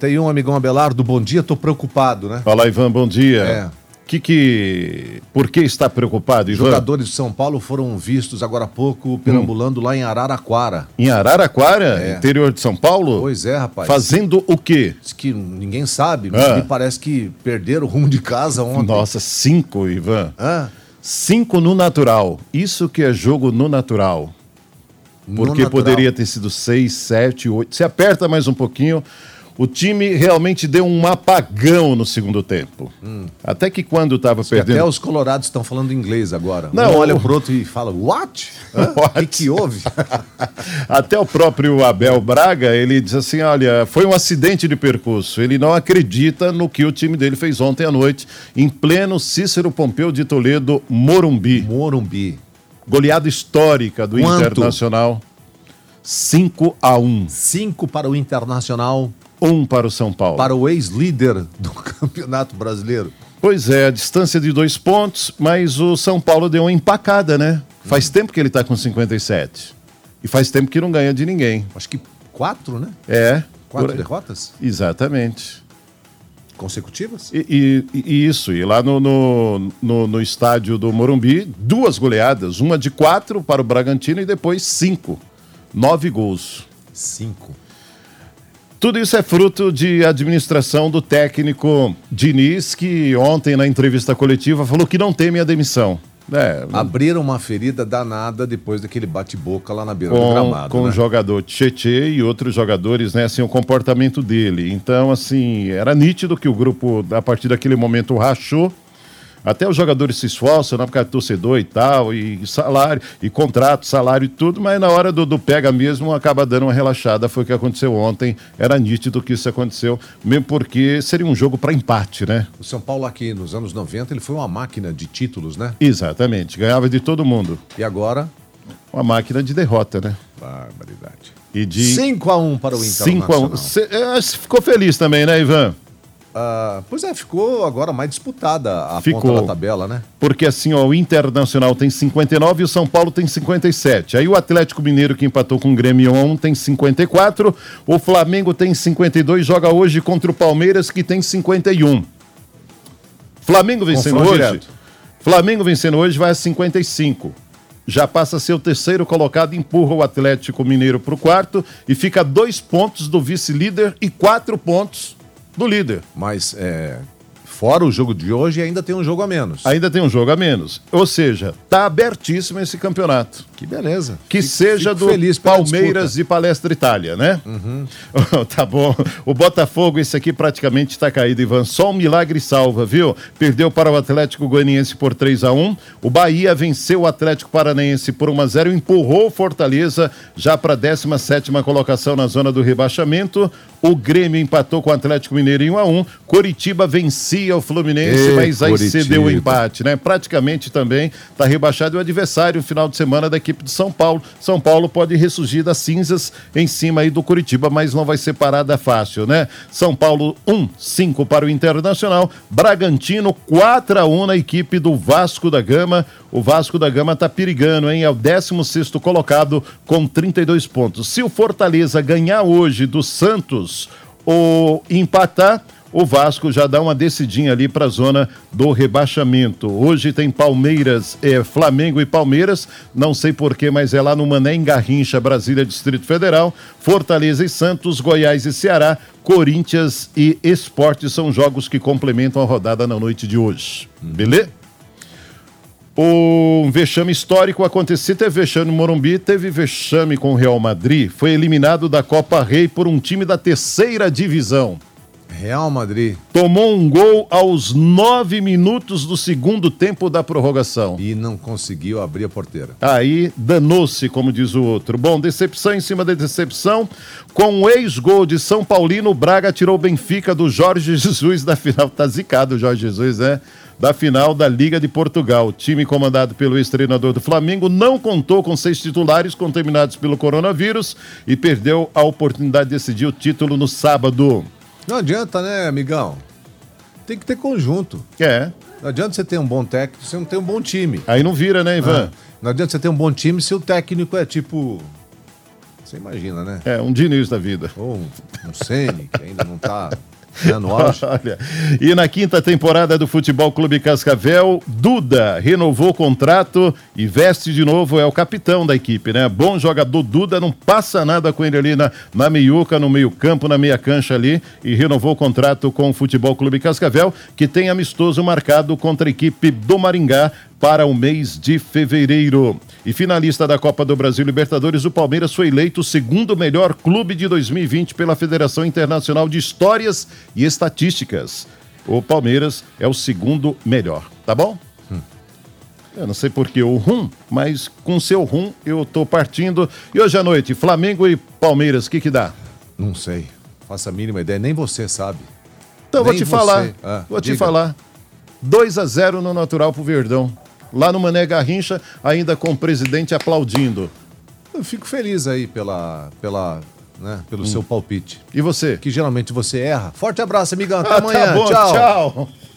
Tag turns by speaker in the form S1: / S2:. S1: Tem um amigão Abelardo, bom dia, tô preocupado, né?
S2: Fala, Ivan, bom dia.
S1: É.
S2: Que que... Por que está preocupado, Ivan?
S1: Jogadores de São Paulo foram vistos agora há pouco
S2: Hum.
S1: perambulando lá em Araraquara.
S2: Em Araraquara,
S1: É.
S2: interior de São Paulo?
S1: Pois é, rapaz.
S2: Fazendo o quê?
S1: Diz que ninguém sabe, mas
S2: Ah.
S1: me parece que perderam o rumo de casa ontem.
S2: Nossa, cinco, Ivan.
S1: Hã?
S2: Cinco no natural. Isso que é jogo no natural.
S1: No
S2: Porque
S1: natural.
S2: poderia ter sido seis, sete, oito. Se aperta mais um pouquinho, o time realmente deu um apagão no segundo tempo. Até que quando estava
S1: Hum. Até
S2: perdendo...
S1: os colorados estão falando inglês agora.
S2: Não,
S1: um olha
S2: o-
S1: pro outro e fala, what? Hã? O
S2: What?
S1: que, que houve?
S2: Até o próprio Abel Braga, ele diz assim: olha, foi um acidente de percurso. Ele não acredita no que o time dele fez ontem à noite, em pleno Cícero Pompeu de Toledo, Morumbi.
S1: Morumbi.
S2: Goleada histórica do
S1: Quanto?
S2: Internacional. 5 a 1
S1: Cinco para o Internacional,
S2: 1 para o São Paulo.
S1: para o ex-líder do Campeonato Brasileiro.
S2: Pois é, a distância de dois pontos, mas o São Paulo deu uma empacada, né? Faz tempo que ele tá com 57. E faz tempo que não ganha de ninguém.
S1: Acho que quatro, né?
S2: É.
S1: Quatro
S2: por-
S1: derrotas
S2: Exatamente.
S1: consecutivas?
S2: E, e- e isso, e lá no, no, no- no estádio do Morumbi, duas goleadas, uma de quatro para o Bragantino e depois cinco. Nove gols.
S1: Cinco.
S2: Tudo isso é fruto de administração do técnico Diniz, que ontem na entrevista coletiva falou que não teme a demissão. É,
S1: Abriram uma ferida danada depois daquele bate-boca lá na beira do
S2: com,
S1: gramado.
S2: com
S1: né?
S2: o jogador Tietê e outros jogadores, né, assim, o comportamento dele. Então, assim, era nítido que o grupo, a partir daquele momento, rachou. Até os jogadores se esforçam, né, por causa do torcedor e tal, e salário, e contrato, salário e tudo, mas na hora do, do pega mesmo, acaba dando uma relaxada. Foi o que aconteceu ontem. Era nítido que isso aconteceu, mesmo porque seria um jogo para empate, né?
S1: O São Paulo aqui nos anos 90, ele foi uma máquina de títulos, né?
S2: Exatamente. Ganhava de todo mundo.
S1: E agora,
S2: Uma máquina de derrota, né?
S1: barbaridade.
S2: E de.
S1: 5 a 1 para o
S2: Cinco a
S1: Internacional.
S2: um. Cê- é, cê ficou feliz também, né, Ivan?
S1: Ah, pois é, ficou agora mais disputada a
S2: Ficou.
S1: ponta da tabela, né?
S2: Porque assim, ó, o Internacional tem 59 e o São Paulo tem 57. Aí o Atlético Mineiro, que empatou com o Grêmio ontem, tem 54. O Flamengo tem 52, joga hoje contra o Palmeiras, que tem 51. Flamengo vencendo
S1: Confronto
S2: hoje.
S1: direto.
S2: Flamengo vencendo hoje vai a 55. Já passa a ser o terceiro colocado, empurra o Atlético Mineiro para o quarto e fica a dois pontos do vice-líder e quatro pontos do líder.
S1: Mas é, fora o jogo de hoje, ainda tem um jogo a menos.
S2: Ainda tem um jogo a menos. Ou seja, tá abertíssimo esse campeonato.
S1: Que beleza.
S2: Que
S1: Fico-
S2: seja
S1: fico
S2: do
S1: feliz pela
S2: Palmeiras
S1: disputa. Uhum.
S2: e Palestra Itália, né? tá bom. O Botafogo, esse aqui praticamente está caído, Ivan. Só um milagre salva, viu? Perdeu para o Atlético Goianiense por 3 a 1 O Bahia venceu o Atlético Paranaense por 1 a 0 Empurrou o Fortaleza já para a 17 colocação na zona do rebaixamento. O Grêmio empatou com o Atlético Mineiro em 1 a 1 Coritiba vencia o Fluminense,
S1: Ê,
S2: mas aí
S1: Coritiba.
S2: cedeu o empate empate, né? Praticamente também está rebaixado o adversário final de semana da equipe de São Paulo. São Paulo pode ressurgir das cinzas em cima aí do Curitiba, mas não vai ser parada fácil, né? São Paulo 1, 5 para o Internacional, Bragantino 4 a 1 na equipe do Vasco da Gama. O Vasco da Gama tá perigando, hein? É o 16 colocado com 32 pontos. Se o Fortaleza ganhar hoje do Santos, ou empatar, o Vasco já dá uma descidinha ali para a zona do rebaixamento. Hoje tem Palmeiras, eh, Flamengo e Palmeiras, não sei porquê, mas é lá no Mané, em Garrincha, Brasília, Distrito Federal, Fortaleza e Santos, Goiás e Ceará, Corinthians e Esporte são jogos que complementam a rodada na noite de hoje. Beleza? Um vexame histórico aconteceu, teve vexame no Morumbi, teve vexame com o Real Madrid, foi eliminado da Copa Rei por um time da terceira divisão.
S1: Real Madrid.
S2: Tomou um gol aos nove minutos do segundo tempo da prorrogação. Tá
S1: E não conseguiu abrir a porteira.
S2: Aí danou-se, como diz o outro. Bom, decepção em cima da decepção. Com o ex-gol de São Paulino, o Braga tirou o Benfica do Jorge Jesus da final. Tá zicado o Jorge Jesus, né? Da final da Liga de Portugal. O time comandado pelo ex-treinador do Flamengo não contou com seis titulares contaminados pelo coronavírus e perdeu a oportunidade de decidir o título no sábado.
S1: Não adianta, né, amigão? Tem que ter conjunto.
S2: É,
S1: Não adianta você ter um bom técnico se você não tem um bom time.
S2: aí não vira, né, Ivan?
S1: Não adianta você ter um bom time se o técnico é tipo. Você imagina, né?
S2: É, um Diniz da vida.
S1: Ou um, um Sene, que ainda não tá né, no auge.
S2: Olha, e na quinta temporada do Futebol Clube Cascavel, Duda renovou o contrato e veste de novo, é o capitão da equipe, né? Bom jogador, Duda não passa nada com ele ali na, na meiuca, no meio campo, na meia cancha ali, e renovou o contrato com o Futebol Clube Cascavel, que tem amistoso marcado contra a equipe do Maringá para o mês de fevereiro. E finalista da Copa do Brasil Libertadores, o Palmeiras foi eleito o segundo melhor clube de 2020 pela Federação Internacional de Histórias e Estatísticas. O Palmeiras é o segundo melhor, tá bom? Eu não sei porque o rum, mas com seu rum eu tô partindo. E hoje à noite, Flamengo e Palmeiras, o que que dá?
S1: Não sei. Faça a mínima ideia, nem você sabe.
S2: Então
S1: Nem
S2: vou te
S1: você.
S2: falar,
S1: Ah,
S2: vou te
S1: diga.
S2: falar. 2 a 0 no natural pro Verdão. Lá no Mané Garrincha, ainda com o presidente aplaudindo.
S1: Eu fico feliz aí pela, pela, né,
S2: Hum.
S1: pelo seu palpite.
S2: E você?
S1: Que geralmente você erra. Forte abraço, amigão. Até
S2: Ah,
S1: amanhã.
S2: Tá bom,
S1: tchau.
S2: tchau.